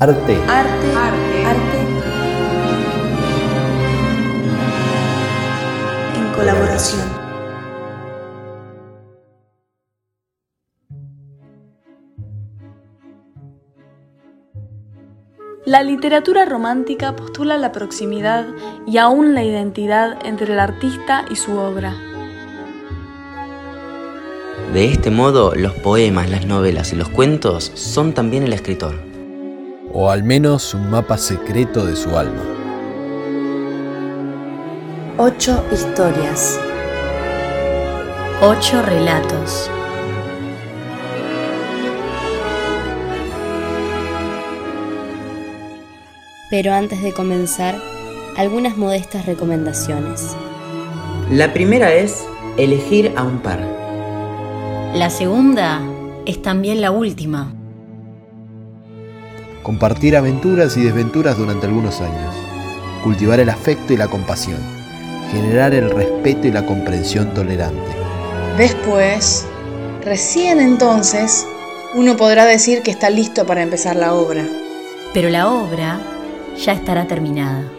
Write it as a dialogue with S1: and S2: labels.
S1: Arte.
S2: Arte. Arte. Arte. En colaboración. La literatura romántica postula la proximidad y aún la identidad entre el artista y su obra.
S3: De este modo, los poemas, las novelas y los cuentos son también el escritor.
S4: O al menos un mapa secreto de su alma.
S5: Ocho historias.
S6: Ocho relatos.
S5: Pero antes de comenzar, algunas modestas recomendaciones.
S3: La primera es elegir a un par.
S6: La segunda es también la última.
S4: Compartir aventuras y desventuras durante algunos años. Cultivar el afecto y la compasión. Generar el respeto y la comprensión tolerante.
S7: Después, recién entonces, uno podrá decir que está listo para empezar la obra.
S6: Pero la obra ya estará terminada.